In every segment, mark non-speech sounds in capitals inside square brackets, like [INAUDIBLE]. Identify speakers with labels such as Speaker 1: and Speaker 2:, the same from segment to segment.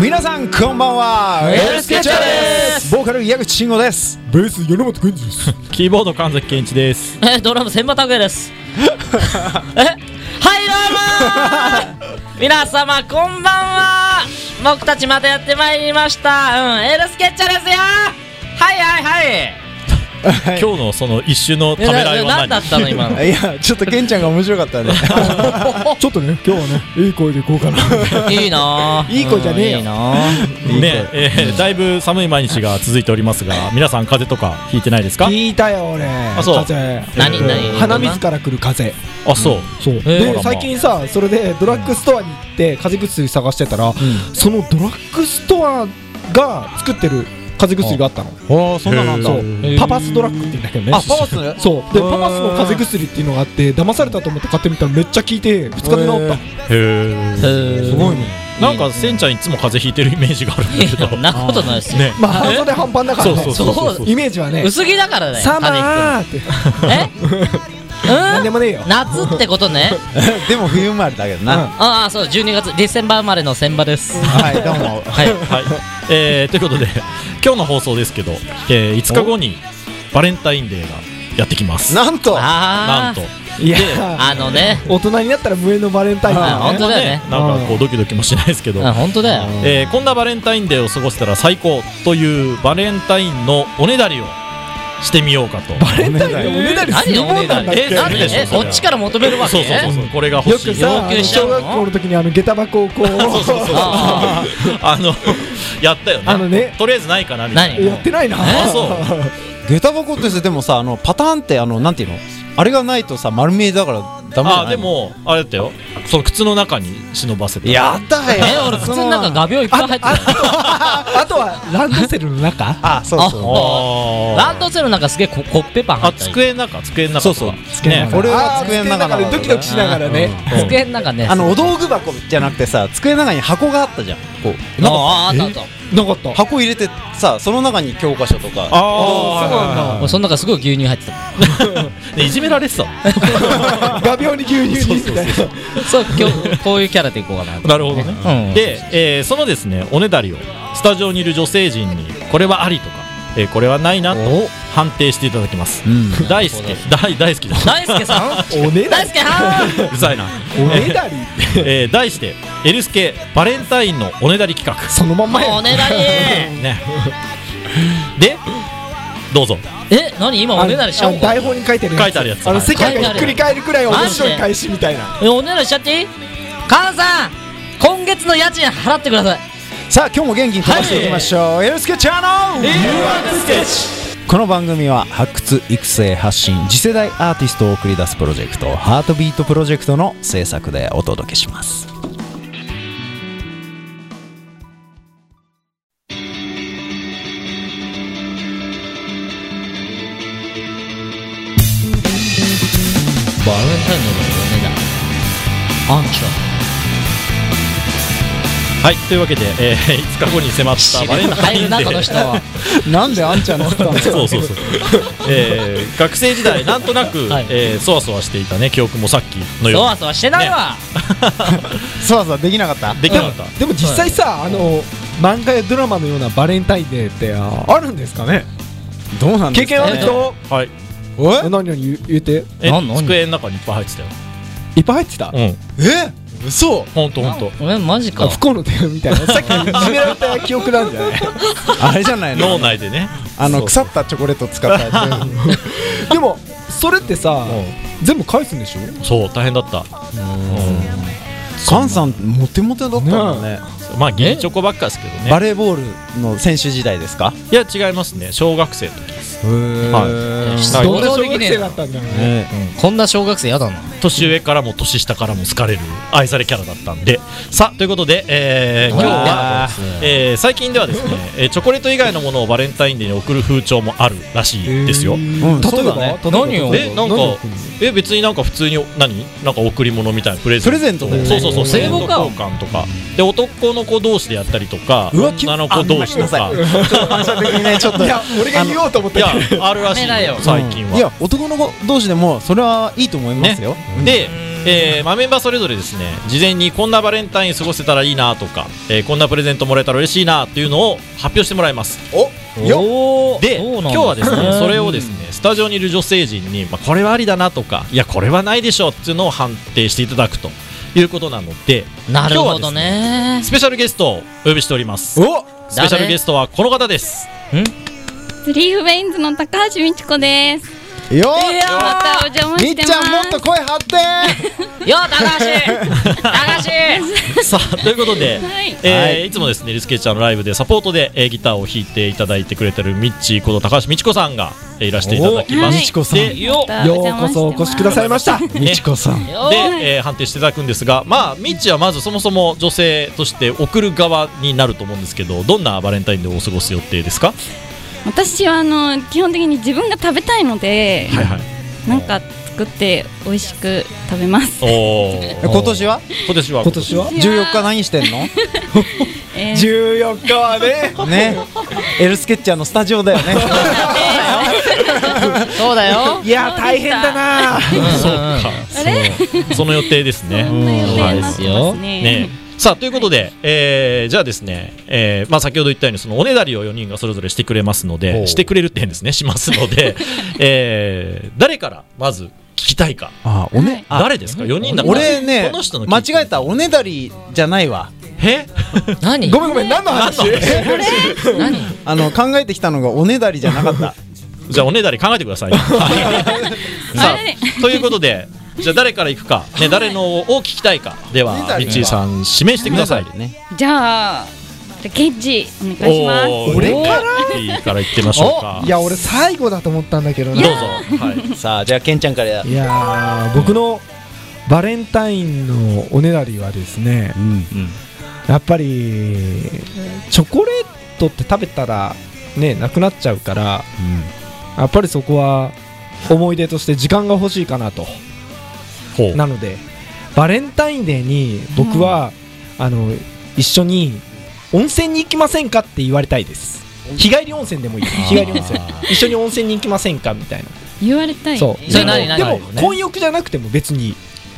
Speaker 1: 皆さんこんばんは
Speaker 2: エルスケッチャーです
Speaker 1: ボーカル矢口慎吾です
Speaker 3: ベース米本君です
Speaker 4: キーボード神崎健一です。
Speaker 2: えドラム千葉拓也ですえはいどうもー皆様こんばんは僕たちまたやってまいりましたうんエルスケッチャーですよーはいはいはい
Speaker 4: 今日のその一種のた
Speaker 2: え
Speaker 4: め
Speaker 2: な
Speaker 4: らい
Speaker 2: な
Speaker 4: は
Speaker 2: んだ
Speaker 4: 何
Speaker 2: ったの今の
Speaker 1: いやちょっとケンちゃんが面白か
Speaker 3: [LAUGHS]
Speaker 1: ったね
Speaker 3: ちょっとね今日は [LAUGHS] ねいい声でいこうかな
Speaker 2: いいなー
Speaker 3: いい子じゃねえ
Speaker 2: うん
Speaker 3: よ
Speaker 2: いいなー
Speaker 4: ねえーだいぶ寒い毎日が続いておりますが、皆さん風邪とかひいてないですか
Speaker 3: 聞いたよ俺あ
Speaker 4: そう
Speaker 3: 風邪
Speaker 2: 何何
Speaker 3: 鼻水から来る風邪
Speaker 4: あ、そう。
Speaker 3: そう、
Speaker 4: ーあらま
Speaker 3: で最近さそれでドラッグストアに行って風邪薬探してたら、そのドラッグストアが作ってる風邪薬があったの
Speaker 1: おおそ
Speaker 4: んなのあんだ
Speaker 3: そう
Speaker 4: へー
Speaker 3: パパスドラッグって言うんだけどね
Speaker 1: あパパスの
Speaker 3: そうで
Speaker 1: へー
Speaker 3: パパスの風邪薬っていうのがあって騙されたと思って買ってみたらめっちゃ効いて2日で治った
Speaker 4: へえ。
Speaker 2: す
Speaker 3: ごいね
Speaker 4: なんか、せんちゃんいつも風邪ひいてるイメージがあるんだけど
Speaker 2: そ。んなことないですよ、
Speaker 4: ね。
Speaker 3: まあ半袖半端だから
Speaker 4: そう
Speaker 3: ね
Speaker 4: そうそうそう。
Speaker 3: イメージはね
Speaker 2: 薄着だからだよ
Speaker 3: サマーって
Speaker 2: 風邪ひくのえ
Speaker 3: なん
Speaker 2: う
Speaker 3: で
Speaker 2: ん
Speaker 3: もねえよ
Speaker 2: 夏ってことね
Speaker 3: [LAUGHS]
Speaker 1: でも冬生まれだけどな、
Speaker 2: ああそう12月ディセンバー生まれの千葉です
Speaker 1: はいどうも
Speaker 2: はい
Speaker 4: はい。えーということで、今日の放送ですけど、えー5日後にバレンタインデーがやってきます。
Speaker 1: なんと
Speaker 4: な
Speaker 2: あ
Speaker 4: んと。
Speaker 3: いや
Speaker 2: あのね
Speaker 3: 大人になったら無縁のバレンタイン
Speaker 2: あ
Speaker 3: だ
Speaker 2: 本当
Speaker 3: ね
Speaker 2: だよね
Speaker 4: なんかこう、ドキドキもしないですけど。
Speaker 2: うん本当だよ
Speaker 4: えーこんなバレンタインデーを過ごせたら最高というバレンタインのおねだりをしてみようかと。
Speaker 3: バレンタインでおねだりす
Speaker 2: 何
Speaker 3: る
Speaker 2: よ
Speaker 3: も
Speaker 2: お
Speaker 3: ん
Speaker 2: ね
Speaker 3: な
Speaker 2: だり
Speaker 3: んだっ
Speaker 4: え
Speaker 3: け
Speaker 4: ダ
Speaker 2: 何
Speaker 4: メでしょ
Speaker 2: え
Speaker 4: そ
Speaker 2: こ
Speaker 4: れは
Speaker 2: っちから求めるわけ
Speaker 4: そうそうそうそう、これが
Speaker 3: よ
Speaker 4: 欲し
Speaker 3: く
Speaker 4: いよ。
Speaker 3: さあの小学校の時にあの下駄箱をこう
Speaker 4: [LAUGHS]
Speaker 2: あ
Speaker 4: あの、 [LAUGHS] やったよね。
Speaker 3: あのね
Speaker 4: とりあえずないかなみたい
Speaker 2: 何
Speaker 4: な。
Speaker 3: やってないな
Speaker 4: あ、そう。
Speaker 1: 下駄箱ってさでもさあのパターンってあのなんていうのあれがないとさ丸見えだからダメじゃ
Speaker 4: あ、
Speaker 1: ない
Speaker 4: で
Speaker 1: の
Speaker 4: も、あれだったよ。その靴の中に忍ばせて。
Speaker 1: やだ
Speaker 2: あ
Speaker 1: よ
Speaker 2: え俺普通なんか画鋲いっぱい入ってる
Speaker 3: あとはランドセルの中
Speaker 1: あそうそ
Speaker 4: あー
Speaker 2: ランドセルなんかすげえココッペパン入
Speaker 4: あ、
Speaker 2: ってる
Speaker 4: 机の中、机の中。
Speaker 1: そうそう
Speaker 3: 机
Speaker 4: ね
Speaker 3: の中
Speaker 1: 俺は机の中な
Speaker 3: あ
Speaker 1: の
Speaker 3: ーでドキドキしながらね
Speaker 4: うん
Speaker 2: 机の中ね
Speaker 1: うあのお道具箱じゃなくてさ机の中に箱があったじゃんこうなんか
Speaker 2: ああーあったあっ
Speaker 3: なかった
Speaker 1: 箱入れてさその中に教科書とか
Speaker 4: あ
Speaker 3: そうなんだ
Speaker 2: た俺その中すごい牛乳入ってた
Speaker 4: あ、ねいじめられてた。
Speaker 3: 画鋲に牛乳にみたいな
Speaker 2: そう今日こういうキャラでいこうかな
Speaker 4: なるほどね、
Speaker 2: うん
Speaker 4: で、えーそのですねおねだりをスタジオにいる女性陣にこれはありとか、えーこれはないなと判定していただきます、大好き大大好きだ
Speaker 2: 大輔さん
Speaker 3: おねだ
Speaker 2: 大
Speaker 3: り
Speaker 2: 輔はん
Speaker 4: うざいな、
Speaker 3: おねだり
Speaker 4: えー題して「エルスケバレンタインのおねだり企
Speaker 3: そのまんま
Speaker 2: もうお
Speaker 3: や
Speaker 2: ねだり
Speaker 4: 画」ねでどうぞ
Speaker 2: え何今おねだりしちゃおう
Speaker 3: あの台本に書いてる
Speaker 4: 書いてあるやつ
Speaker 3: あの世界がひっくり返るくらい面
Speaker 2: 書いて
Speaker 3: 白
Speaker 2: あ
Speaker 3: い
Speaker 2: る
Speaker 3: 返しみたいな
Speaker 2: えおねだりしちゃっていい母さん今月の家賃払ってください
Speaker 1: さあ今日も元気に飛ばしていきましょう、エルスケチャーノこの番組は発掘育成発信次世代アーティストを送り出すプロジェクトハートビートプロジェクトの制作でお届けします
Speaker 2: バレンタインのおねだりアンチョ
Speaker 4: はいというわけで、え5日後に迫ったバレンタインデ
Speaker 2: 入るなこの人
Speaker 4: ー
Speaker 3: なんであんちゃんのったんです
Speaker 4: そうそうそう、えー学生時代なんとなく、
Speaker 2: はい
Speaker 4: えーそわそわしていたね記憶もさっきのよ
Speaker 2: そうわそわしてないわ、
Speaker 1: そうそうできなかった
Speaker 4: にできなかった、
Speaker 3: でも実際さあの漫画やドラマのようなバレンタインデーってああるんですかね
Speaker 1: どうなんです
Speaker 3: 経
Speaker 1: か
Speaker 3: 験ある人
Speaker 4: はい
Speaker 3: え何々言う言って
Speaker 4: え
Speaker 2: なんなん
Speaker 4: 机の中にいっぱい入ってたよ
Speaker 3: いっぱい入ってた
Speaker 4: うん
Speaker 1: え嘘
Speaker 4: ほんとほんと
Speaker 2: えマジか
Speaker 3: あ不幸の手紙みた
Speaker 4: [LAUGHS]
Speaker 3: いなさっきいじめられた記憶なんじゃない
Speaker 1: あれじゃない
Speaker 4: 脳
Speaker 1: の
Speaker 4: 内でね
Speaker 1: あの
Speaker 4: そう
Speaker 1: 腐ったチョコレート使った [LAUGHS] や
Speaker 3: でもそれってさ
Speaker 4: う
Speaker 3: 全部返すんでしょね
Speaker 4: そう大変だったうん
Speaker 1: つカンさんモテモテだったんだね
Speaker 4: まあ義理チョコばっかですけどね
Speaker 1: バレーボールの選手時代ですか
Speaker 4: いや違いますね小学生の時です
Speaker 1: へえ
Speaker 2: ー
Speaker 4: はい
Speaker 3: どんな小
Speaker 2: 想像でき
Speaker 3: 学
Speaker 2: ねえ
Speaker 3: 生
Speaker 2: な
Speaker 3: だったんだろうね
Speaker 1: ね
Speaker 2: こんな小学生やだな
Speaker 4: 年上からも年下からも好かれる愛されキャラだったんでさあということで、えー今日は、えー最近ではですね、えーチョコレート以外のものをバレンタインデーに送る風潮もあるらしいですよ
Speaker 3: う
Speaker 1: うん
Speaker 3: ん例
Speaker 1: そう
Speaker 3: え
Speaker 1: だ
Speaker 3: ば
Speaker 1: ね
Speaker 2: 何を
Speaker 4: えなんか
Speaker 3: 何送るの
Speaker 4: え別になんか普通に何なんか贈り物みたいなプレゼント
Speaker 1: プレゼントだよね
Speaker 4: そうそうそう
Speaker 2: 聖母か
Speaker 4: 交換とかで男の子同士でやったりとか
Speaker 1: うわ
Speaker 4: 女の子同士と
Speaker 1: あ
Speaker 4: か
Speaker 1: ごめんなさいちょっと反射的にねちょっと
Speaker 3: いや俺が言おうと思っ
Speaker 4: い
Speaker 3: た
Speaker 4: や
Speaker 3: けど
Speaker 4: あるらしい
Speaker 2: ダメだよ
Speaker 4: 最近
Speaker 1: い
Speaker 4: は
Speaker 1: や男の子同士でもそれはいいと思いますよ、
Speaker 4: でえーまあ、メンバーそれぞれですね事前にこんなバレンタイン過ごせたらいいなとか、えーこんなプレゼントもらえたら嬉しいなというのを発表してもらいます
Speaker 1: よ
Speaker 2: おー
Speaker 4: で
Speaker 2: そうなん
Speaker 4: 今日はですねそれをです
Speaker 2: ね
Speaker 4: ねスタジオにいる女性陣に、まあ、これはありだなとかいやこれはないでしょうっていうのを判定していただくということなので
Speaker 2: うんなるほど
Speaker 4: 今日は
Speaker 2: ね
Speaker 4: ですねスペシャルゲストをお呼びしております
Speaker 1: お
Speaker 4: スペシャルゲストはこの
Speaker 2: [LAUGHS]
Speaker 4: 方です
Speaker 5: スリーフウェインズの高橋美智子です。
Speaker 1: よ
Speaker 2: いや
Speaker 5: またお邪魔
Speaker 1: み
Speaker 5: し
Speaker 1: って
Speaker 5: ます。
Speaker 1: ちゃんもっと声張 [LAUGHS] って
Speaker 2: よ高橋高橋
Speaker 4: さあ [LAUGHS] ということで、
Speaker 5: はい
Speaker 4: えー
Speaker 1: はい
Speaker 4: い、つもですねリスケちゃんのライブでサポートで、えーギターを弾いていただいてくれてるミッチーこと高橋美智子さんが、えーいらしていただきま
Speaker 5: はい
Speaker 1: み
Speaker 4: し
Speaker 1: ちこさん
Speaker 4: て、
Speaker 2: よ
Speaker 5: また
Speaker 3: よ
Speaker 5: お
Speaker 3: う
Speaker 5: 邪魔
Speaker 3: こそお
Speaker 5: てま
Speaker 3: 越
Speaker 5: す
Speaker 3: しくださいました。
Speaker 1: みちこさん
Speaker 2: よ
Speaker 4: で、えー判定していただくんですが、まあ、ミッチーはまずそもそも女性として送る側になると思うんですけどどんなバレンタインでお過ごす予定ですか
Speaker 5: 私はあの基本的に自分が食べたいので、
Speaker 4: はいはい
Speaker 5: なんか作って美味しく食べます。
Speaker 4: お
Speaker 1: え今年は
Speaker 4: 今年は
Speaker 3: 今年は
Speaker 1: 14日何してんの
Speaker 5: えー
Speaker 3: 14日はね。
Speaker 1: ねエルスケッチャーのスタジオだよね
Speaker 2: そうだよ
Speaker 3: いや大変だ
Speaker 4: [LAUGHS]
Speaker 3: な。
Speaker 4: そうかそうその予定ですね
Speaker 5: そんな予定
Speaker 4: はい
Speaker 5: になってますね。
Speaker 4: ねさあということで、えーじゃあですね、えーまあ、先ほど言ったようにそのおねだりを4人がそれぞれしてくれますの
Speaker 1: ほ
Speaker 4: で
Speaker 1: う
Speaker 4: してくれるって変ですねしますので、えー誰からまず聞きたいか
Speaker 1: あおねあ
Speaker 4: 誰ですか4人だから
Speaker 1: 俺ね
Speaker 4: この人の
Speaker 1: 間違えた
Speaker 4: え
Speaker 1: おねだりじゃないわ
Speaker 4: え
Speaker 2: 何
Speaker 3: ごめんごめん何の話？
Speaker 2: 何
Speaker 1: あの考えてきたのがおねだりじゃなかった
Speaker 4: じゃあおねだり考えてくださいはいさ
Speaker 5: はい
Speaker 4: あということでじゃあ誰から行くか、ね、誰のを聞きたいかでは
Speaker 1: おねだりは
Speaker 4: みっちーさん指名してください
Speaker 1: ね
Speaker 5: じゃあケッジお願いしま
Speaker 4: お
Speaker 5: す。
Speaker 4: ー
Speaker 1: 俺
Speaker 4: いいから行ってみましょうか
Speaker 3: いや俺最後だと思ったんだけど
Speaker 4: どう
Speaker 3: な
Speaker 4: ぞ。はい
Speaker 1: さあじゃあケンちゃんからや
Speaker 3: いやー僕のバレンタインのおねだりはですね
Speaker 1: うん
Speaker 3: やっぱりチョコレートって食べたらねなくなっちゃうからやっぱりそこは思い出として時間が欲しいかなと
Speaker 4: ほう
Speaker 3: なのでバレンタインデーに僕は、あの一緒に温泉に行きませんかって言われたいです日帰り温泉でもいい日帰り温泉一緒に温泉に行きませんかみたいな
Speaker 5: 言われたい。
Speaker 3: そう
Speaker 2: それ
Speaker 3: でも
Speaker 2: 何何
Speaker 3: でも混浴じゃなくても別に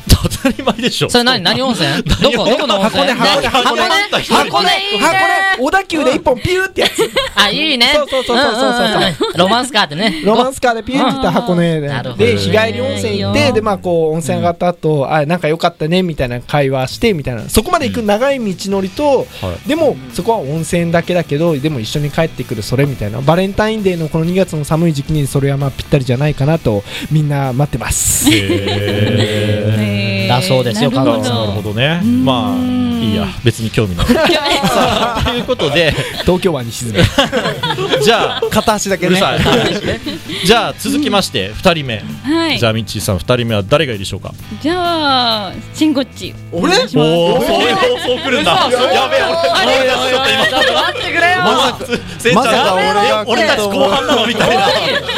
Speaker 4: 当たり前でしょ
Speaker 2: それ何何温泉どこどこの温泉
Speaker 3: 箱根箱根
Speaker 2: 箱根箱根いいね
Speaker 3: あこれ小田急で一本ピューってやつ
Speaker 2: あいいね
Speaker 3: そうそうそうそうそうそうん
Speaker 2: んんロマンスカーってね
Speaker 3: ロマンスカーでピューって言ったら箱根で
Speaker 2: なるほどね
Speaker 3: で日帰り温泉行っ
Speaker 5: いい
Speaker 3: て
Speaker 5: よ
Speaker 3: でまあこう温泉上がった後、あなんか良かったねみたいな会話してみたいなそこまで行く長い道のりと、
Speaker 4: は
Speaker 3: でもそこは温泉だけだけどでも一緒に帰ってくるそれみたいなバレンタインデーのこの2月の寒い時期にそれはまあぴったりじゃないかなとみんな待ってます。
Speaker 4: へー
Speaker 5: えー
Speaker 2: だそうですよ
Speaker 5: なるほ
Speaker 2: 彼
Speaker 4: なるほ
Speaker 5: ど。
Speaker 4: どね
Speaker 5: ん
Speaker 4: まあいいや別に興味ないさあということで
Speaker 3: 東京湾に沈む
Speaker 4: じゃあ
Speaker 1: 片足だ
Speaker 4: う
Speaker 1: け
Speaker 4: る
Speaker 1: ね
Speaker 4: さいじゃあ続きまして2人目
Speaker 5: はい。
Speaker 4: じ
Speaker 5: じ
Speaker 4: ゃ
Speaker 5: ゃ
Speaker 4: あみっちーさん2人目は誰がいいでしょうか
Speaker 5: あシンゴッチ。
Speaker 1: 俺
Speaker 4: おおそうそう来るんだやべえ俺俺たちちょっと今
Speaker 2: ちょっと待ってくれよ
Speaker 4: まさかせいちゃん
Speaker 1: まさか俺が
Speaker 4: え俺たち後半なのみたいな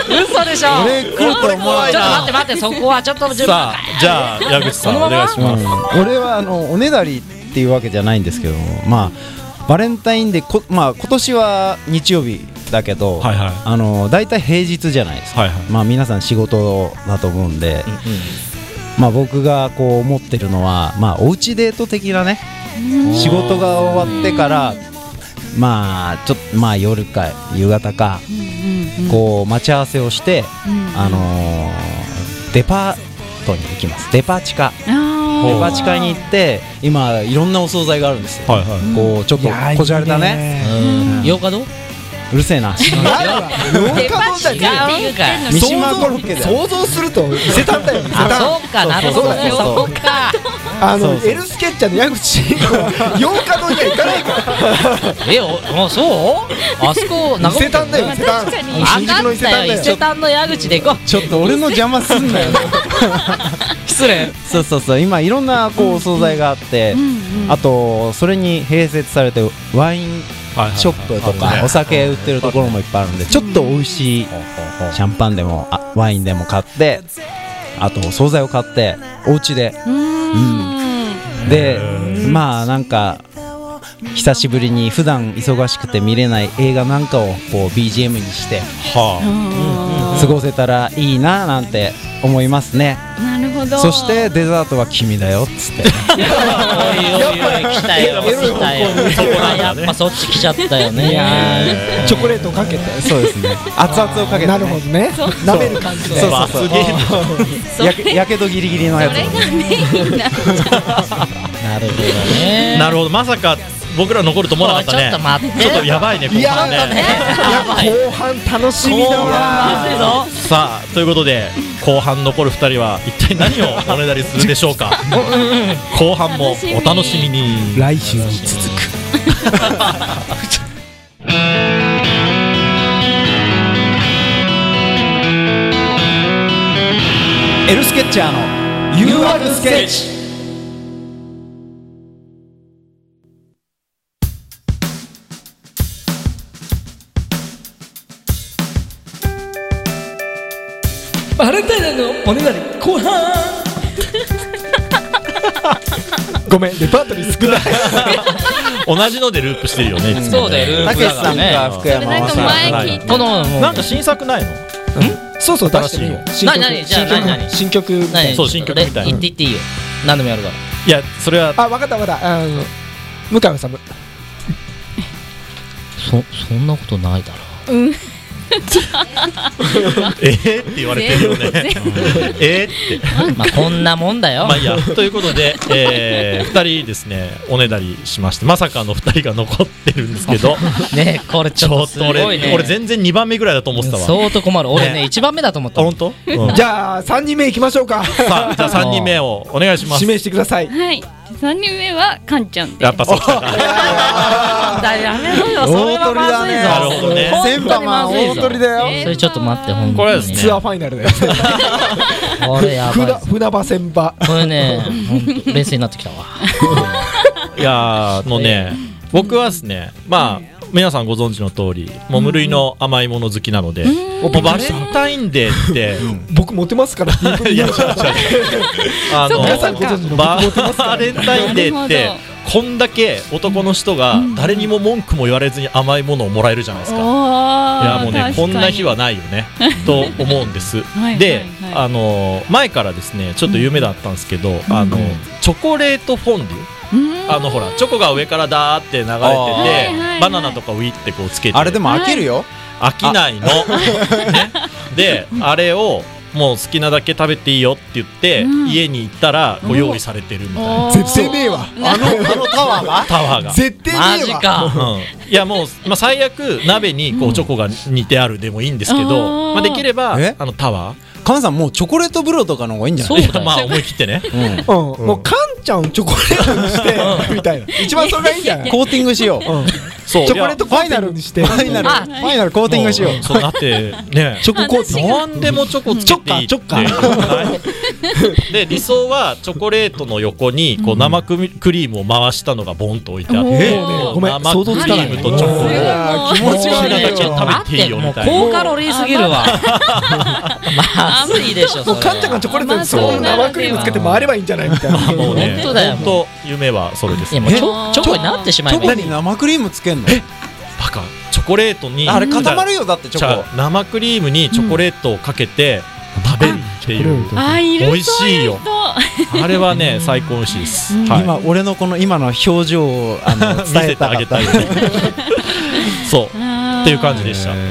Speaker 2: 嘘でしょ
Speaker 1: 俺来ると思わ
Speaker 2: ちょっ
Speaker 1: な
Speaker 2: と
Speaker 1: い
Speaker 2: 待って待ってそこはちょっと自分
Speaker 4: さあじゃあ矢口さん
Speaker 2: この
Speaker 4: お
Speaker 2: まま
Speaker 4: 願いします
Speaker 1: うん俺はあのおねだりっていうわけじゃないんですけどまあバレンタインでこ、まあ、今年は日曜日だけど、
Speaker 4: はいはい
Speaker 1: あの大体平日じゃないですか、
Speaker 4: はいはい
Speaker 1: まあ、皆さん仕事だと思うんで、まあ、僕がこう思ってるのは、まあ、おうちデート的なね仕事が終わってからまあちょっとまあ夜か夕方か、こう待ち合わせをして、あのーデパートに行きますデパ地下
Speaker 5: あ
Speaker 1: デパ地下に行って今いろんなお惣菜があるんですよ、
Speaker 4: はいはい
Speaker 1: こうちょっとこじゃれたね
Speaker 2: 8日どう
Speaker 1: うるせ [LAUGHS] えな
Speaker 3: [LAUGHS] 農家問題
Speaker 2: 違うか
Speaker 1: 三島コロッケだよ
Speaker 3: 想像すると伊勢丹だよ伊勢丹
Speaker 2: あそうかなるほどね
Speaker 1: そうそう
Speaker 2: そうか
Speaker 1: そ
Speaker 3: あ
Speaker 1: う
Speaker 3: の
Speaker 1: そう
Speaker 3: エルスケッチャーの矢口8日のには行かないから
Speaker 2: えおあそうあそこ
Speaker 3: 伊勢丹だよ伊勢丹
Speaker 5: 確かに
Speaker 2: 分
Speaker 3: 新
Speaker 2: か
Speaker 3: 宿の伊
Speaker 2: ったよ伊
Speaker 3: 勢丹だよ
Speaker 2: 勢丹の矢口で行こ
Speaker 1: ちょっと俺の邪魔すんなよ
Speaker 2: う失礼
Speaker 1: そうそうそう今いろんなこうお惣菜があって、あとそれに併設されてワインショップとかお酒売ってるところもいっぱいあるんでちょっと美味しいシャンパンでもあワインでも買ってあとお惣菜を買ってお家で
Speaker 5: ー。うーん。
Speaker 1: でまあなんか久しぶりに普段忙しくて見れない映画なんかをこう BGM にして
Speaker 4: は
Speaker 1: 過ごせたらいいななんて思いますね
Speaker 5: なるほほど
Speaker 1: そしてデザートは君だよっつって
Speaker 2: おいおい来たよ
Speaker 3: エロい
Speaker 2: 来たよ
Speaker 3: 方向に
Speaker 2: そこはやっぱそっち来ちゃったよ [LAUGHS]
Speaker 3: いや
Speaker 2: ね
Speaker 3: ーチョコレートをかけて
Speaker 1: そうですね熱々をかけて、ね、
Speaker 3: なるほどね舐める感じで
Speaker 1: そうそうそう
Speaker 4: 罰ゲーム
Speaker 5: それ
Speaker 1: やけやけどギリギリのや
Speaker 5: そ
Speaker 1: つ
Speaker 5: れがメインなんじ
Speaker 2: なるほどね
Speaker 4: なるほどまさか僕ら残ると思わなかったね
Speaker 2: おいちょっと待って
Speaker 4: ちょっとやばいね後
Speaker 3: いや
Speaker 4: 半ね
Speaker 2: やばい
Speaker 3: 後半楽しみだわ
Speaker 2: マジの
Speaker 4: さあということで後半残る2人は一体何をおねだりするでしょうか後半もお楽しみに
Speaker 3: 来週に続く
Speaker 1: エルスケッチャーの誘惑スケッチ
Speaker 6: バレンタインのおねだり後半
Speaker 3: ごめんレパートリー少ない
Speaker 4: 同じのでループしてるよねいつも
Speaker 2: そうだよルー
Speaker 1: た
Speaker 2: プ
Speaker 1: けし
Speaker 2: だ
Speaker 1: さ
Speaker 2: か
Speaker 1: んか
Speaker 2: ら
Speaker 1: 福
Speaker 2: ね
Speaker 1: 山
Speaker 5: なん
Speaker 1: 雅
Speaker 5: か
Speaker 1: 治
Speaker 5: 前聞い
Speaker 2: このもう
Speaker 4: なんか新作ないの
Speaker 3: [LAUGHS] そうそう出してるよ新曲
Speaker 2: 何何じゃあ
Speaker 3: 新曲
Speaker 2: 何何
Speaker 3: 新曲みたいな
Speaker 2: 何
Speaker 4: そう新曲みたいな
Speaker 2: 言って言っていいよ何でもやるから
Speaker 4: いやそれは
Speaker 3: あ分かった分かったあの向井治
Speaker 2: そそんなことないだろ
Speaker 4: [LAUGHS] えーって言われてる
Speaker 2: [LAUGHS]
Speaker 4: よ [LAUGHS] ねえーって
Speaker 2: まあこんなもんだよ
Speaker 4: まあいいやということで、え2人ですねおねだりしましてまさかの2人が残ってるんです
Speaker 2: [LAUGHS]
Speaker 4: けど
Speaker 2: ねこれち
Speaker 4: ち
Speaker 2: ょ
Speaker 4: ょ
Speaker 2: っと
Speaker 4: っ
Speaker 2: す
Speaker 4: と
Speaker 2: ご
Speaker 4: 俺
Speaker 2: いね
Speaker 4: 俺全然2番目ぐらいだと思ってたわあ
Speaker 2: 相当困る俺ね
Speaker 4: ね
Speaker 2: 一番目だと思ったもん
Speaker 4: 本当、うん
Speaker 3: じゃあ3人目いきましょうか
Speaker 4: さあじゃあ3人目をお願い
Speaker 2: [LAUGHS]
Speaker 4: します
Speaker 3: 指名してください
Speaker 5: ゃはい3人目はカンちゃんで
Speaker 4: やっぱそうか
Speaker 2: [LAUGHS] だやめろよそれはまずいぞ
Speaker 4: なるほどね
Speaker 1: センパマン大鳥だよ
Speaker 5: え
Speaker 2: それちょっと待ってほん
Speaker 4: これですね
Speaker 3: ツアーファイナルだよ
Speaker 2: これやばい
Speaker 3: [LAUGHS] 船
Speaker 2: ぞ
Speaker 3: 船場船場
Speaker 2: これねほんと冷静になってきたわ
Speaker 4: いやーもうね僕はですねまあ皆さんご存知の通りもう無類の甘いもの好きなので、もうバレンタインデーって、
Speaker 3: 僕モテますからっていうふうに
Speaker 4: いや
Speaker 3: 言
Speaker 4: 違う
Speaker 3: う
Speaker 4: 違うあの
Speaker 3: 皆さんご存知の
Speaker 4: バ
Speaker 3: 僕モテますから
Speaker 4: レンタインデーっ
Speaker 5: な
Speaker 4: て
Speaker 5: るほ
Speaker 4: こんだけ男の人が誰にも文句も言われずに甘いものをもらえるじゃないです
Speaker 5: お
Speaker 4: か。いや
Speaker 5: ー
Speaker 4: もうね
Speaker 5: 確かに
Speaker 4: こんな日はないよ
Speaker 5: [LAUGHS]
Speaker 4: ねと思うんです
Speaker 5: はいはい
Speaker 4: で
Speaker 5: はい
Speaker 4: あの前からですねちょっと夢だったんですけど、あのチョコレートフォンデ
Speaker 5: うーん
Speaker 4: ュあのほらチョコが上からダーって流れてて、
Speaker 5: はいはいはい
Speaker 4: バナナとかウィってこうつけて
Speaker 1: あれでも飽きるよ
Speaker 4: 飽きないの、 [LAUGHS] ね、であれをもう好きなだけ食べていいよって言って、
Speaker 5: うん
Speaker 4: 家に行ったらご用意されてるみたいな
Speaker 5: おー
Speaker 3: 絶対ねえわ
Speaker 1: あのあのタワーは
Speaker 4: タワーが。
Speaker 3: 絶対
Speaker 2: マ
Speaker 3: ね
Speaker 2: ジ
Speaker 3: えわ
Speaker 2: か
Speaker 4: うんいやもう、まあ、最悪鍋にこうチョコが煮てあるでもいいんですけど、
Speaker 5: あー
Speaker 4: まあ、できれば
Speaker 1: え
Speaker 4: あのタワー
Speaker 1: [LAUGHS] カンさんもうチョコレート風呂とかの方がいいんじゃない
Speaker 2: そうだよ
Speaker 4: まあ思い切ってね
Speaker 1: うん
Speaker 3: うん、もうカンちゃんをチョコレートにしてみたいな一番それがいいんじゃない
Speaker 1: コーティングしよう
Speaker 3: うんチ
Speaker 4: そう
Speaker 3: ョコレートファイナルにして
Speaker 1: ファイナルフ
Speaker 2: あ
Speaker 1: ァイナルコーティングしよう
Speaker 4: もそうなってね
Speaker 3: チョココーティング
Speaker 4: 何でもチョコつけていいって
Speaker 3: チョッカーチ
Speaker 4: はいで理想はチョコレートの横にこう生クミクリームを回したのがボンと置いてあっ
Speaker 5: え
Speaker 4: て
Speaker 5: ーもうね
Speaker 3: ごめん
Speaker 4: 生
Speaker 3: 想像つかない
Speaker 4: クリームとチョコを
Speaker 5: すごいも
Speaker 1: 気
Speaker 5: う
Speaker 1: 持ち
Speaker 4: 好
Speaker 1: 悪
Speaker 4: きないだけ
Speaker 1: よ
Speaker 4: 食べていいよみたいな
Speaker 2: もう高カロリーすぎるわまずいでしょそ
Speaker 3: もう
Speaker 2: れ
Speaker 3: カンちゃんがチョコレートにそ
Speaker 4: そう
Speaker 3: の生クリームつけて回ればいいんじゃないみたいな
Speaker 4: もうね
Speaker 2: 本当だよ
Speaker 4: 本当夢はそれです
Speaker 2: いやもうチョチョコになってしま
Speaker 1: チ
Speaker 2: え
Speaker 1: ョコ
Speaker 2: ばいい
Speaker 1: に生クリームつけんの
Speaker 4: バカチョコレートに
Speaker 1: あれ固まるよだってチ
Speaker 4: じ
Speaker 1: ョコ
Speaker 4: ゃあ生クリームにチョコレートをかけて食べるっていう
Speaker 5: あーいる
Speaker 4: 美味しいよ
Speaker 5: そういう
Speaker 4: あれはね最高美味しいですはい
Speaker 1: 今俺のこの今の表情をあの
Speaker 4: [LAUGHS] 見
Speaker 1: 伝え
Speaker 4: せて
Speaker 1: た
Speaker 4: あ
Speaker 1: か
Speaker 4: げ
Speaker 1: った
Speaker 4: たいよねそ
Speaker 5: 人あー
Speaker 4: うっていう感じでした
Speaker 5: なる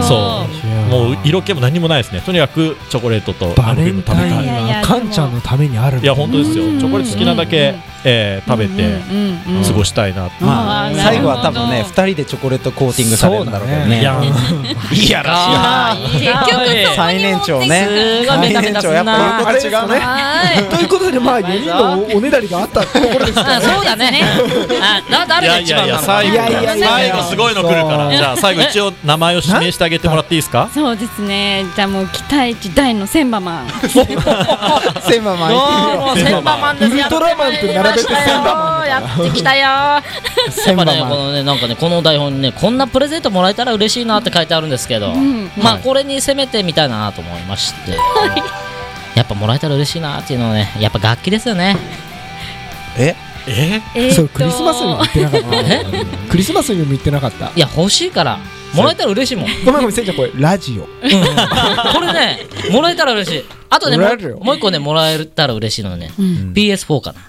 Speaker 5: ほど
Speaker 4: そもう色気も何もないですねとにかくチョコレートと生クリーム食べた
Speaker 5: ン
Speaker 4: い
Speaker 5: いやいや
Speaker 3: カンちゃんのためにある
Speaker 4: いや本当ですよ
Speaker 5: うん
Speaker 4: チョコレート好きなだけえー食べて
Speaker 5: うんうん
Speaker 4: 過ごしたいな [LAUGHS]
Speaker 1: まあ
Speaker 5: あー
Speaker 1: 最後は多分
Speaker 5: な
Speaker 1: ね
Speaker 5: るほ
Speaker 1: 2人でチョコレートコーティングされるんだろうけど
Speaker 3: そうだ
Speaker 1: ね
Speaker 4: いや
Speaker 1: いや
Speaker 2: あーいいな
Speaker 5: 結局
Speaker 2: おい
Speaker 1: 最年長ね
Speaker 2: すご
Speaker 1: 最
Speaker 2: いメタメ
Speaker 1: 年
Speaker 2: タす
Speaker 1: 長
Speaker 2: んな
Speaker 1: やっぱ言うこと違うね
Speaker 5: は
Speaker 3: ということでまあ4人のおねだりがあったところです
Speaker 2: あそうだねあだ
Speaker 4: い
Speaker 2: 誰
Speaker 4: や
Speaker 2: が
Speaker 4: い
Speaker 2: 一
Speaker 4: や
Speaker 2: 番
Speaker 4: い
Speaker 2: な
Speaker 4: や
Speaker 2: の
Speaker 4: 最後
Speaker 3: いやいやいや
Speaker 4: 最後すごいの来るから
Speaker 3: そう
Speaker 4: じゃあ最後一応名前を指名してあげてもらっていいですか
Speaker 5: いそうですねじゃあもう期待値大の千葉マン
Speaker 1: 千葉マ [LAUGHS]
Speaker 2: どうも千葉マンです
Speaker 3: ウルトラマンと並べて千葉マ
Speaker 2: ンやってきたよやって
Speaker 1: ン
Speaker 2: きたよや
Speaker 1: 千
Speaker 2: っ
Speaker 1: 葉マ
Speaker 2: ぱねこ
Speaker 1: ン
Speaker 2: のねなんかねこの台本にねこんなプレゼントもらえたら嬉しいなって書いてあるんですけど
Speaker 5: ん
Speaker 2: まあこれに攻めてみたいなと思いましてやっぱもらえたら嬉しいなっていうのはねやっぱ楽器ですよね
Speaker 1: え
Speaker 4: え
Speaker 5: えーっと
Speaker 3: そうクリスマスにも言ってなかっ
Speaker 2: え
Speaker 3: たクリスマスにも言ってなかった
Speaker 2: いや欲しいからもらえたら嬉しいもん。
Speaker 3: ごめんごめんせいちゃんこれラジオ
Speaker 2: これね、もらえたら嬉しい。あとね、
Speaker 3: も
Speaker 2: も
Speaker 3: らえるよ
Speaker 2: もう一個ね、もらえたら嬉しいのはね、PS4 かな。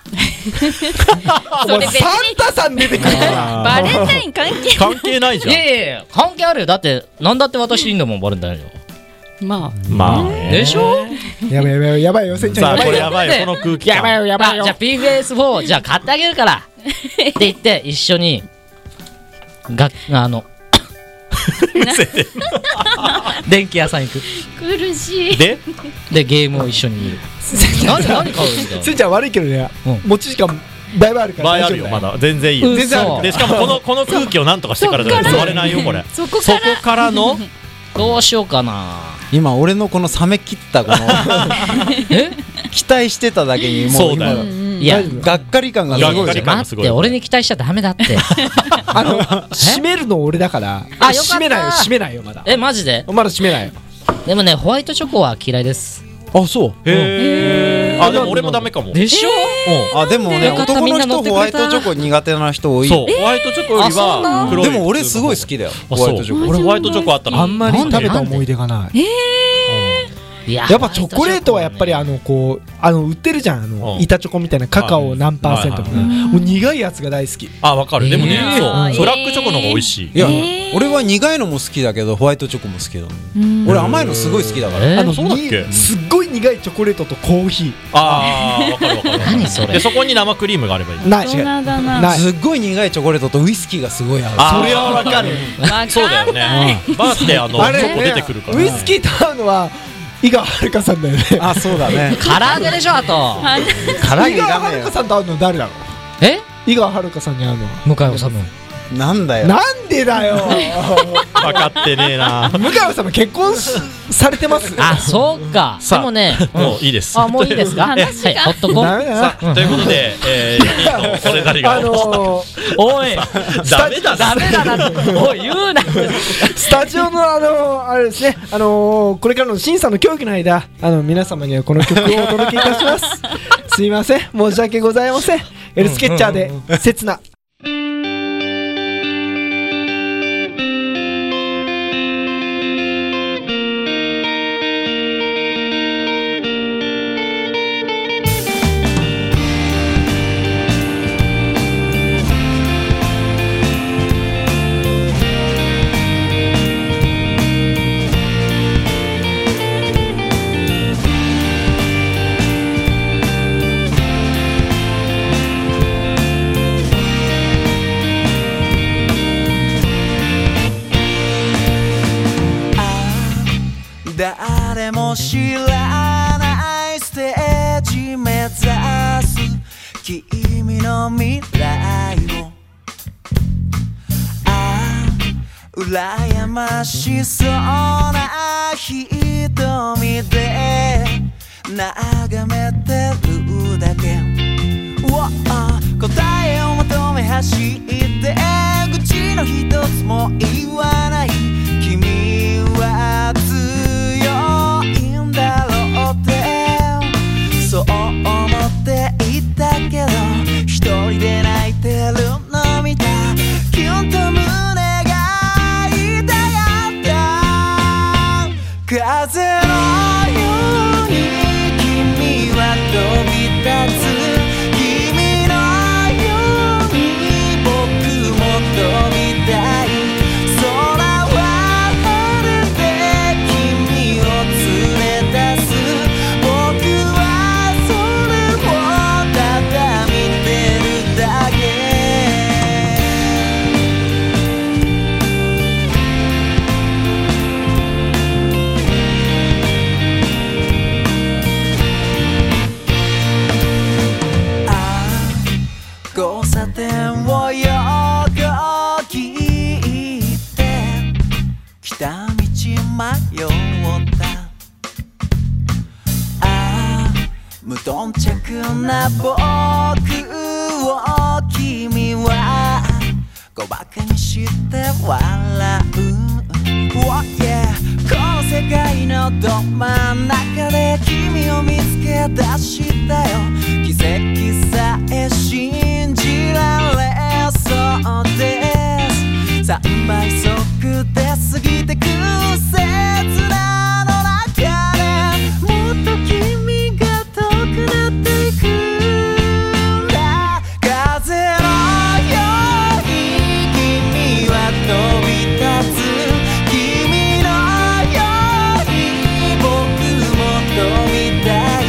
Speaker 5: それ別
Speaker 3: サン
Speaker 5: に
Speaker 3: タさん出てくるから
Speaker 5: バレンタイン関係
Speaker 4: 関係ないじ
Speaker 2: い
Speaker 4: ゃ
Speaker 2: やいやいや、関係あるよ。だって、なんだって私いいんだもん、バレンタインよ。
Speaker 5: ま
Speaker 4: んまあ
Speaker 2: でしょ
Speaker 3: やばいやばいやばいよせいちゃ
Speaker 4: さ
Speaker 3: ん
Speaker 4: あ
Speaker 3: や
Speaker 4: こ
Speaker 3: ばい
Speaker 4: れ
Speaker 3: よ
Speaker 4: やばいよ
Speaker 2: ね
Speaker 4: この空気
Speaker 3: やばい
Speaker 4: 感
Speaker 3: よやばい
Speaker 2: あ
Speaker 3: よ
Speaker 2: じゃあ
Speaker 3: [LAUGHS]
Speaker 2: PS4 じゃあ買ってあげるからって言って一緒にがあ
Speaker 3: [LAUGHS]
Speaker 2: の電気屋さん行く
Speaker 5: あ苦しい
Speaker 4: で
Speaker 2: でゲームを一緒に
Speaker 3: [LAUGHS]
Speaker 2: 見る何何買うんだ
Speaker 3: せいちゃん悪いけどね
Speaker 2: うん
Speaker 3: 持ち時間だいぶあるから
Speaker 4: 場合あ
Speaker 3: 大丈
Speaker 4: る
Speaker 3: 夫
Speaker 4: よ
Speaker 3: だ
Speaker 4: ま
Speaker 3: よ
Speaker 4: だ全然いいよ
Speaker 2: 嘘
Speaker 3: 全然あるから
Speaker 4: でしかもこのこの空気をなんとかしてからじゃないと座れないよこれ
Speaker 5: そこ
Speaker 4: そ
Speaker 5: か
Speaker 4: こ
Speaker 5: ら
Speaker 4: からの
Speaker 2: どうしようかな
Speaker 1: 今俺のこの冷め切った [LAUGHS] この期待してただけにも
Speaker 4: そううだよ
Speaker 1: 今
Speaker 2: いや
Speaker 3: 大丈夫
Speaker 1: がっかり感がす
Speaker 4: がっ
Speaker 1: ご
Speaker 4: か
Speaker 1: い
Speaker 4: り
Speaker 1: よ
Speaker 4: 感が
Speaker 2: 待
Speaker 4: す
Speaker 2: っ
Speaker 4: ごいね
Speaker 2: て俺に期待しちゃダメだって
Speaker 3: [LAUGHS] あの閉めるの俺だから
Speaker 2: あよかった
Speaker 3: 閉めないよ閉めないよまだ
Speaker 2: えマジで
Speaker 3: まだ閉めないよ
Speaker 2: でもねホワイトチョコは嫌いです
Speaker 1: あそう
Speaker 4: へえあでも俺もダメかも
Speaker 2: でしょ
Speaker 1: あでもね
Speaker 2: よかった
Speaker 1: 男
Speaker 2: みん
Speaker 1: の
Speaker 2: な乗
Speaker 1: 人
Speaker 2: って
Speaker 1: ホ
Speaker 2: く
Speaker 1: ワイ
Speaker 2: れた
Speaker 1: トチョコ苦手な人多い
Speaker 4: そうホワイトチョコより
Speaker 2: あそうな
Speaker 4: は
Speaker 2: の
Speaker 4: 黒
Speaker 1: でも俺すごい好きだよ
Speaker 4: あ
Speaker 1: ホワイ
Speaker 4: そう
Speaker 1: トチョコ
Speaker 5: コ
Speaker 4: 俺ホワイトチョコあったから
Speaker 3: あんまり食べた思い出がない
Speaker 2: いや
Speaker 3: やっぱチョコレートはやっぱりあのこうあの売ってるじゃんあの
Speaker 4: うん
Speaker 3: 板チョコみたいなカカオ何パーセントと
Speaker 4: は
Speaker 3: か
Speaker 4: いは
Speaker 3: もう苦いやつが大好き
Speaker 4: あわかるでもね
Speaker 2: えー
Speaker 4: そう
Speaker 5: えー
Speaker 4: ブラックチョコの方が美味しい
Speaker 1: いや、
Speaker 5: えー
Speaker 1: 俺は苦いのも好きだけどホワイトチョコも好きだ、
Speaker 5: うん
Speaker 1: 俺甘いのすごい好きだから、
Speaker 2: えー
Speaker 3: あの
Speaker 4: そうだっけ
Speaker 3: にすっごい苦いチョコレートとコーヒ
Speaker 4: ああわかるわかるわかる
Speaker 2: 何それ
Speaker 4: でそこに生クリームがあればいい
Speaker 3: ーない
Speaker 5: 大
Speaker 3: 違
Speaker 5: 人
Speaker 3: うない
Speaker 5: だな
Speaker 3: ない
Speaker 1: すっごい苦いチョコレートとウイスキーがすごい合う
Speaker 4: あーそれはわかる
Speaker 5: わか
Speaker 4: そうだよ
Speaker 5: んない
Speaker 4: ねバーってあのチ
Speaker 3: あれ
Speaker 4: ョコ出てくるから
Speaker 3: ウイスキーと合うのは井川遥さんだよね
Speaker 1: あそうだ
Speaker 2: [LAUGHS]
Speaker 1: ね
Speaker 2: 唐揚げでしょあと
Speaker 5: あな
Speaker 1: 辛い
Speaker 3: 井
Speaker 1: のい
Speaker 3: 川
Speaker 1: らねえ
Speaker 3: 遥さんと会うの誰なの
Speaker 2: え
Speaker 3: 井川遥さんに会うのは
Speaker 2: 向井治
Speaker 1: よなんだよ
Speaker 3: なんでだよ
Speaker 4: 分かってねえな
Speaker 3: 向井さんも結婚しされてます
Speaker 2: [LAUGHS] あそうかで
Speaker 4: さあ
Speaker 2: もね
Speaker 4: もういいです
Speaker 2: あもういいですか [LAUGHS] はい
Speaker 5: 話が
Speaker 2: ほっとこ
Speaker 3: ダ
Speaker 2: う
Speaker 3: メだ
Speaker 4: さ
Speaker 3: な
Speaker 4: あということでえーリキと俺なり
Speaker 3: あ
Speaker 4: が
Speaker 3: のー
Speaker 2: おい
Speaker 4: ダメだ
Speaker 2: ダ
Speaker 4: な
Speaker 2: メだなっておい言うな
Speaker 3: スタジオのあのあれですね、あのこれからの審査の協議の間、あの皆様にはこの曲をお届けいたします。すいません、申し訳ございません。エルスケッチャーで、刹那。
Speaker 7: 誰も知らないステージ目指す君の未来をああ羨ましそうな瞳で眺めてるだけ Wow 答えを求め走って口の一つも言わない君は強いんだろうってそう思っていたけど一人で泣いてるの見たキュンと胸が痛がった風のように君は飛び立つ君のように僕も飛びたい空は晴れて君を連れ出す僕はそれをただ見てるだけああ交差点をよく聞いて来た道迷ったああ無頓着な僕を君は誤爆にして笑う Oh yeah この世界のど真ん中で君を見つけ出したよ奇跡さえ信じられそうですさあ倍速で過ぎてく切なの中でもっと君が遠くなっていくんだ風のように君は飛び立つ君のように僕も飛びたい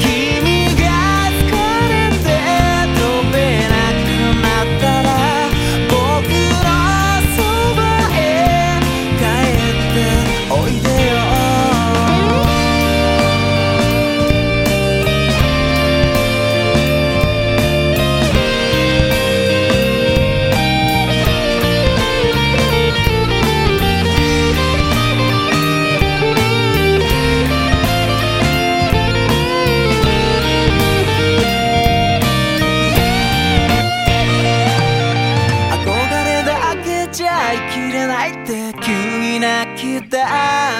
Speaker 7: 君が疲れて飛べなくなったら僕のそばへ帰っておいでよ憧れだけじゃ生きれないって急に泣き出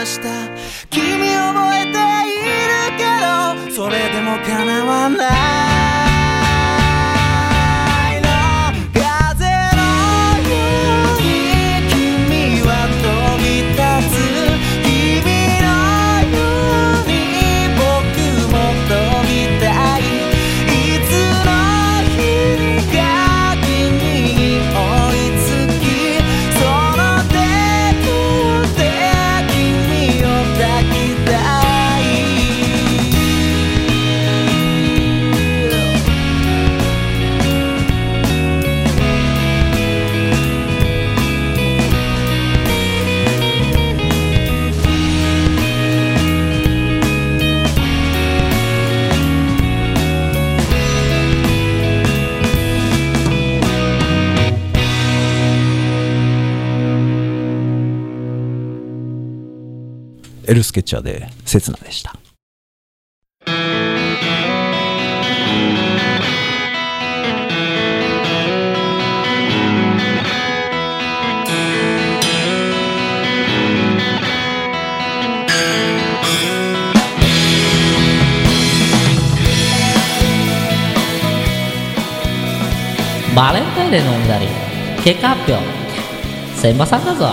Speaker 7: した君覚えているけどそれでも叶わないの風のように君は飛び立つ君のように僕も飛びたいいつの日にか君に追いつき「その手をで君を抱きたい」
Speaker 1: エルスケッチャーで刹那でした
Speaker 2: バレンタインで飲んだり結果発表千葉さんだぞ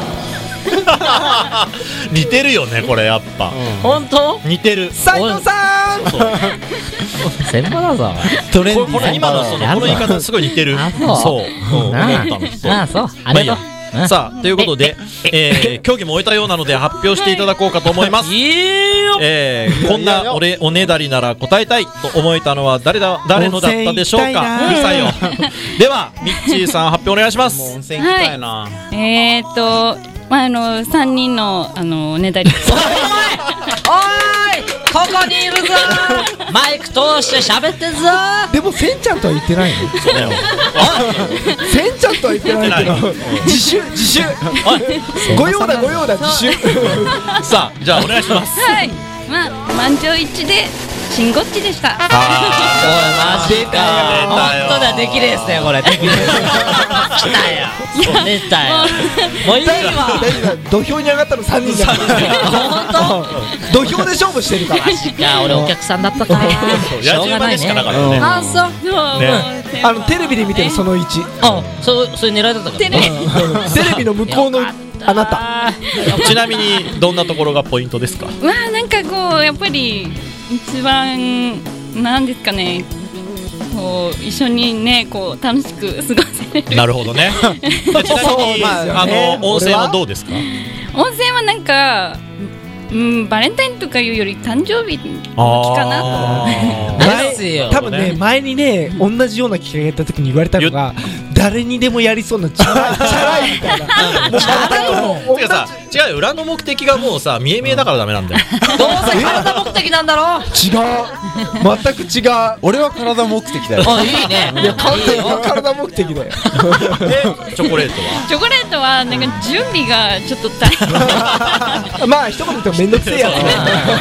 Speaker 4: 似てるよねこれやっぱ、
Speaker 2: 本当
Speaker 4: 似てる
Speaker 3: 斉藤さん
Speaker 2: 千葉だぞ
Speaker 1: トレンデ
Speaker 4: こ
Speaker 1: ィ
Speaker 4: これ
Speaker 1: ー
Speaker 4: 今のそのこの言い方すごい似てる
Speaker 2: あそう
Speaker 4: そう、うん、思
Speaker 2: な
Speaker 4: った
Speaker 2: あ
Speaker 4: のそう
Speaker 2: なあそう
Speaker 4: ま
Speaker 2: あり
Speaker 4: いいや
Speaker 2: がとううん
Speaker 4: さあということで、えー、競技も終えたようなので発表していただこうかと思います
Speaker 2: いいよ
Speaker 4: えー、こんなおれおねだりなら答えたいと思えたのは誰だ誰のだったでしょうかう
Speaker 1: 温
Speaker 4: る
Speaker 1: 泉
Speaker 4: さいよ
Speaker 1: 行
Speaker 4: ではミッチーさん発表お願いします
Speaker 1: 温泉行きたいな、
Speaker 5: えーっと、まあ、あの、三人の、あの、おねだり。
Speaker 2: おいここにいるぞマイク通して喋ってるぞ
Speaker 3: でもせんちゃんとは言ってないのせんちゃんとは言ってないけど
Speaker 4: 言っ
Speaker 3: 自習自習ご用だご用だ自習 [LAUGHS]
Speaker 4: さあじゃあお願いします
Speaker 5: はい、まあ、満場一致で、しんごっちでした。
Speaker 2: おいマジかよ本当だできるやつだよこれできるやつ来たよ出たよも [LAUGHS] ういいわ
Speaker 3: 大丈夫土俵に上がったの3人じゃん土俵で勝負してるから
Speaker 2: いや俺お客さん
Speaker 1: [LAUGHS]
Speaker 2: だったか
Speaker 4: そう
Speaker 2: し
Speaker 4: や
Speaker 2: ょう
Speaker 4: じ
Speaker 2: が
Speaker 4: 馬
Speaker 2: な
Speaker 4: で
Speaker 2: い
Speaker 4: しかなかっ
Speaker 2: ね
Speaker 4: たよね
Speaker 5: [LAUGHS] あ、そう。そう、
Speaker 4: ね
Speaker 5: もう
Speaker 3: あのテレビで見てるその1
Speaker 2: あそうそういう狙いだったから
Speaker 5: テレビ
Speaker 3: テレビの向こうのあなた
Speaker 4: ちなみにどんなところがポイントですか
Speaker 5: まあなんかこうやっぱり一番なんですかねこう一緒にねこう楽しく過ごせる [LAUGHS]
Speaker 4: なるほどねちなみに、あの温泉はどうですか
Speaker 5: 温泉はなんか、うん、バレンタインとかいうより誕生日の時かな
Speaker 4: あー
Speaker 2: ですよ
Speaker 3: 多分ね前にね同じような企画やった時に言われたのが誰にでもやりそうなチャラいチャラいみたいなもうまたとも
Speaker 4: てかさ違うよ裏の目的がもうさ見え見えだからダメなんだよ
Speaker 2: どうせ体目的なんだろ
Speaker 3: 違う全く違う
Speaker 1: 俺は体目的
Speaker 2: [LAUGHS]
Speaker 1: だよ
Speaker 2: あいいね
Speaker 1: [LAUGHS]
Speaker 3: いや完全に体目的だよ
Speaker 4: でチョコレートは
Speaker 5: とチョコレートはなんか準備がちょっと大
Speaker 4: [LAUGHS]
Speaker 5: 変
Speaker 3: まあ一言で言っても面倒くせえや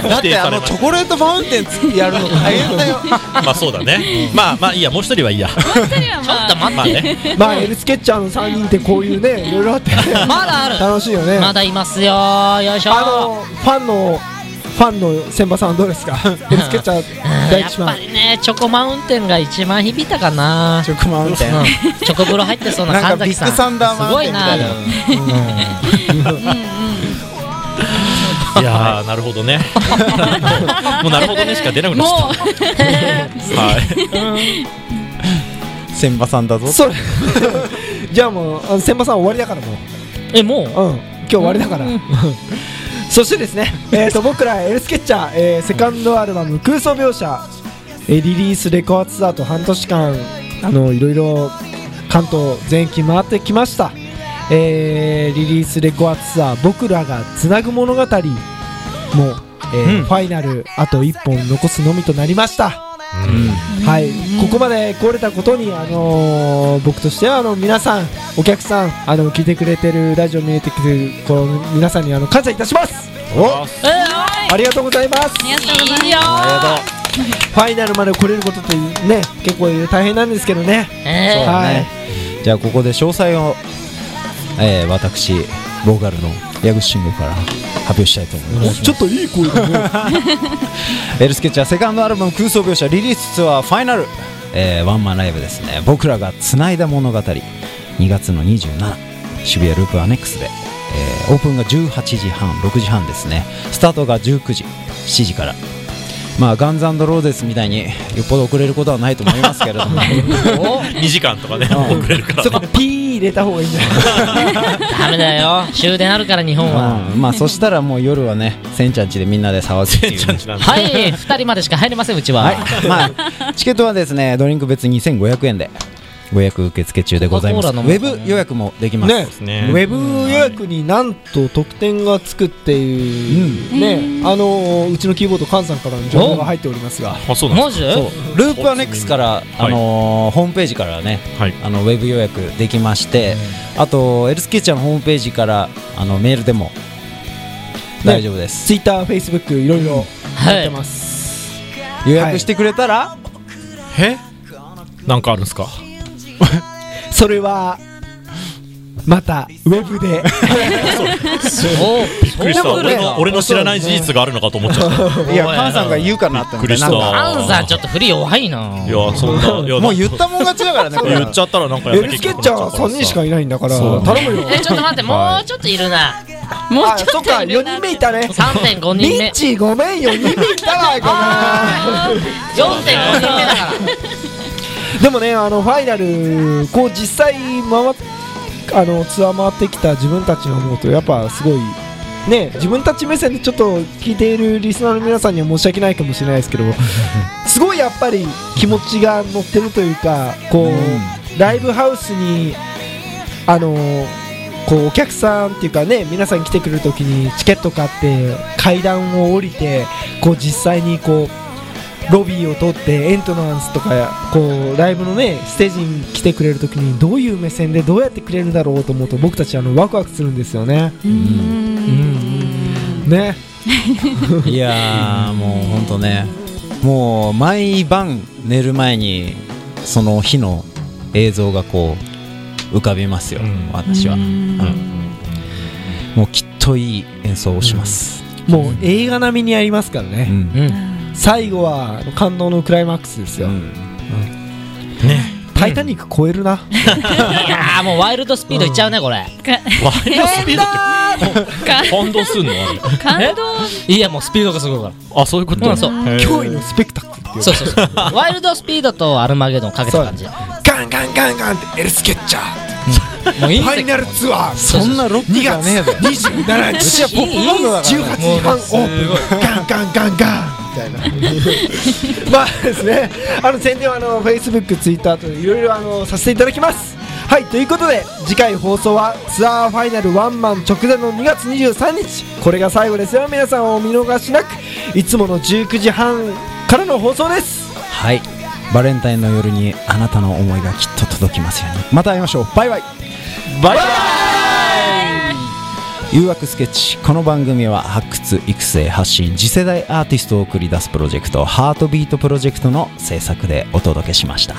Speaker 3: つ
Speaker 1: だってあのチョコレートマウンテンつやるの大変だよ
Speaker 4: まあそうだねまあまあいいやもう一人はいいや
Speaker 5: それは
Speaker 2: ちょっと
Speaker 5: まあ
Speaker 2: 待
Speaker 4: まあ
Speaker 2: って
Speaker 4: ね
Speaker 3: まあエルスケッチャーの3人ってこういうねいろいろあって
Speaker 2: まだある
Speaker 3: 楽しいよね
Speaker 2: まだいますよよいしょ
Speaker 3: あのファンのァンの千葉さんはどうですかエルスケちゃん第
Speaker 2: やっ
Speaker 3: 一番
Speaker 2: ぱりねチョコマウンテンが一番響いたかな
Speaker 3: チョコマウンテン
Speaker 2: うんチョコ風呂入ってそうな
Speaker 1: なん
Speaker 2: 神
Speaker 1: かビ
Speaker 2: 崎
Speaker 1: ッ
Speaker 2: さ
Speaker 1: グサン
Speaker 2: ん
Speaker 1: ダーマウンテンみたいな
Speaker 2: すごいな
Speaker 4: うんいやーなるほどねもうなるほどねしか出なくなっちゃっ
Speaker 5: もう
Speaker 4: たはい
Speaker 1: 千葉さんだぞ
Speaker 3: それ [LAUGHS] じゃあもうあの千葉さん終わりだからもう
Speaker 2: えもう
Speaker 3: うん、今日終わりだから。そして [LAUGHS] ですね、えー、と僕らエルスケッチャー、えーセカンドアルバム「空想描写」えーリリースレコアツアーと半年間あのいろいろ関東全域回ってきました、えーリリースレコアツアー「僕らがつなぐ物語」も、えー
Speaker 4: うん
Speaker 3: ファイナルあと1本残すのみとなりましたはい、ここまで来れたことに、あのー僕としてはあの皆さん、お客さん、あの聞いてくれてるラジオ見えてくるこの皆さんにあの感謝いたします
Speaker 4: お
Speaker 2: え
Speaker 3: ありがとうございます
Speaker 5: ありがとうございます
Speaker 2: いいよ
Speaker 4: あ
Speaker 3: ファイナルまで来れることってね結構大変なんですけどね
Speaker 2: え
Speaker 1: は
Speaker 3: はいい、
Speaker 1: じゃあここで詳細を、えー私ボーカルの矢口慎吾から発表したいと思いますちょっといい声だね [LAUGHS] エルスケッチャーセカンドアルバム空想描写リリースツアーファイナル、えーワンマンライブですね僕らが繋いだ物語2月の27渋谷ループアネックスで、えーオープンが18時半6時半ですねスタートが19時7時からまあガンズローゼスみたいによっぽど遅れることはないと思いますけれど [LAUGHS] も
Speaker 4: 2時間とかね
Speaker 1: うん
Speaker 4: 遅れるから [LAUGHS]
Speaker 3: そこピー入れた方がいいんじゃない
Speaker 2: ダメだよ終電あるから日本は
Speaker 1: うんまあそしたらもう夜はねせんちゃんちでみんなで騒ぐっていう
Speaker 4: ちゃんちなんで
Speaker 2: はい二人までしか入れませんうちは
Speaker 1: はいまあチケットはですねドリンク別2500円でご予約受付中でございますウ
Speaker 2: コカコーラ飲
Speaker 1: ェ
Speaker 2: むのかね
Speaker 1: ブ予約もできます、
Speaker 3: ね
Speaker 4: す
Speaker 3: ウ
Speaker 4: ね
Speaker 3: ェブ予約になんと特典がつくっていう、
Speaker 5: うん
Speaker 3: ね、あのーうちのキーボードカンさんからの情報が入っておりますが
Speaker 4: あそうなん
Speaker 2: 文
Speaker 4: です
Speaker 2: 字
Speaker 1: そうループアネックスから、あのーホームページからね
Speaker 4: はい
Speaker 1: あのウェブ予約できまして、あとエルスケッチャーのホームページからあのメールでも大丈夫です、
Speaker 3: ツイッター、フェイスブックいろいろ
Speaker 2: は
Speaker 3: やって
Speaker 2: い
Speaker 3: ます、
Speaker 1: 予約してくれたら、
Speaker 4: えなんかあるんすか
Speaker 3: それはまたウェブで
Speaker 2: そう
Speaker 4: びっくりした
Speaker 3: そう
Speaker 4: 俺の俺の知らない事実があるのかと思っちゃった
Speaker 1: いやカンさんが言うかなって思って
Speaker 4: びっくりした
Speaker 1: なんか
Speaker 2: アンさんちょっと振り弱いない
Speaker 4: やそんないや
Speaker 1: もう言ったもん勝ちだからねこれ
Speaker 4: 言っちゃったらなんかや
Speaker 3: エ
Speaker 4: め
Speaker 3: ル
Speaker 4: て
Speaker 3: スケッチャー3人しかいないんだから頼むよ
Speaker 2: えちょっと待ってもうちょっといるな
Speaker 5: もう
Speaker 3: あ
Speaker 5: ちょ
Speaker 3: そ
Speaker 5: っ
Speaker 3: っか
Speaker 5: とい
Speaker 3: 4
Speaker 5: るな
Speaker 3: 人目いたね
Speaker 2: 3.5
Speaker 3: ミ
Speaker 2: 人目
Speaker 3: ッチーごめん4人目いたわごめ
Speaker 2: 4.5人目だから
Speaker 3: んでもねあのファイナルこう実際回っあのツアー回ってきた自分たちの思うとやっぱすごいね自分たち目線でちょっと聞いているリスナーの皆さんには申し訳ないかもしれないですけどすごいやっぱり気持ちが乗ってるというかこう、ライブハウスにあのこうお客さんっていうかね皆さん来てくれる時にチケット買って階段を降りてこう実際にこうロビーを通ってエントランスとかこうライブのねステージに来てくれる時にどういう目線でどうやってくれるんだろうと思うと僕たちあのワクワクするんですよね。ね
Speaker 1: いやーもう本当ねもう毎晩寝る前にその日の映像がこう浮かびますよ、
Speaker 4: うん
Speaker 1: 私は、うんもうきっといい演奏をします、
Speaker 3: もう映画並みにやりますから
Speaker 1: う
Speaker 3: ね、
Speaker 1: ん
Speaker 3: 最後はあの感動のクライマックスですよ、タイタニック超えるな、
Speaker 2: [LAUGHS] いやーもうワイルドスピードいっちゃうねこれ
Speaker 4: ワイドスピードって感動すんのあれ
Speaker 5: 感動
Speaker 2: いやもうスピードがすごいか
Speaker 4: あそういうこと
Speaker 2: うんそう
Speaker 4: へー
Speaker 3: 驚異のスペクタクルっていう
Speaker 2: そうそうそうワイルドスピードとアルマゲドンかけた感じも
Speaker 3: ガンガンガンガンってエルスケッチャー
Speaker 2: ういい
Speaker 3: ファイナルツアー
Speaker 2: そんな
Speaker 1: ロッ
Speaker 3: 2月27日
Speaker 2: ポップバンドだから
Speaker 3: 18時半オープンガンガンガンガン
Speaker 2: [LAUGHS]
Speaker 3: みたいなまあですねあの宣伝はあの Facebook、Twitter といろいろあのさせていただきますはいということで次回放送はツアーファイナルワンマン直前の2月23日これが最後ですよ皆さんお見逃しなくいつもの19時半からの放送です
Speaker 1: はいバレンタインの夜にあなたの思いがきっと届きますようにまた会いましょうバイバイ
Speaker 4: バイバイ
Speaker 1: 誘惑スケッチこの番組は発掘育成発信次世代アーティストを送り出すプロジェクト「ハートビートプロジェクトの制作でお届けしました